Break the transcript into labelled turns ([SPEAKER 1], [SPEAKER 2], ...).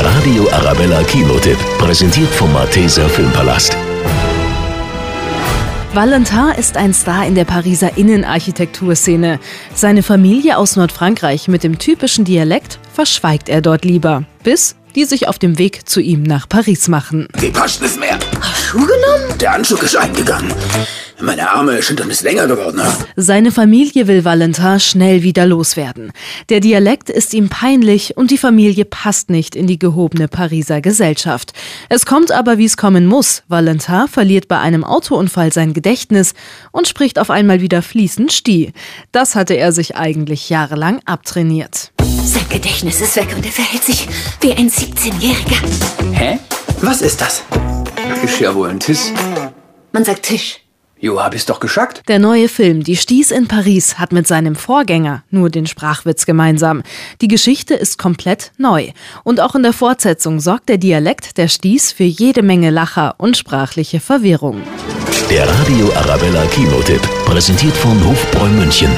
[SPEAKER 1] Radio Arabella Kinotipp. Präsentiert vom Malteser Filmpalast.
[SPEAKER 2] Valentin ist ein Star in der Pariser Innenarchitekturszene. Seine Familie aus Nordfrankreich mit dem typischen Dialekt verschweigt er dort lieber, bis die sich auf dem Weg zu ihm nach Paris machen.
[SPEAKER 3] Die kosten es mehr.
[SPEAKER 4] Schuhe genommen?
[SPEAKER 3] Der Anzug ist eingegangen. Meine Arme sind ein bisschen länger geworden. ne?
[SPEAKER 2] Seine Familie will Valentin schnell wieder loswerden. Der Dialekt ist ihm peinlich und die Familie passt nicht in die gehobene Pariser Gesellschaft. Es kommt aber, wie es kommen muss. Valentin verliert bei einem Autounfall sein Gedächtnis und spricht auf einmal wieder fließend Sti. Das hatte er sich eigentlich jahrelang abtrainiert.
[SPEAKER 4] Sein Gedächtnis ist weg und er verhält sich wie ein 17-Jähriger.
[SPEAKER 3] Hä? Was ist das? Ist ja wohl ein Tiss.
[SPEAKER 4] Man sagt Tisch.
[SPEAKER 3] Jo, hab ich's doch geschackt.
[SPEAKER 2] Der neue Film Die Sties in Paris hat mit seinem Vorgänger nur den Sprachwitz gemeinsam. Die Geschichte ist komplett neu. Und auch in der Fortsetzung sorgt der Dialekt der Sties für jede Menge Lacher und sprachliche Verwirrung.
[SPEAKER 1] Der Radio Arabella Kinotipp. Präsentiert von Hofbräu München.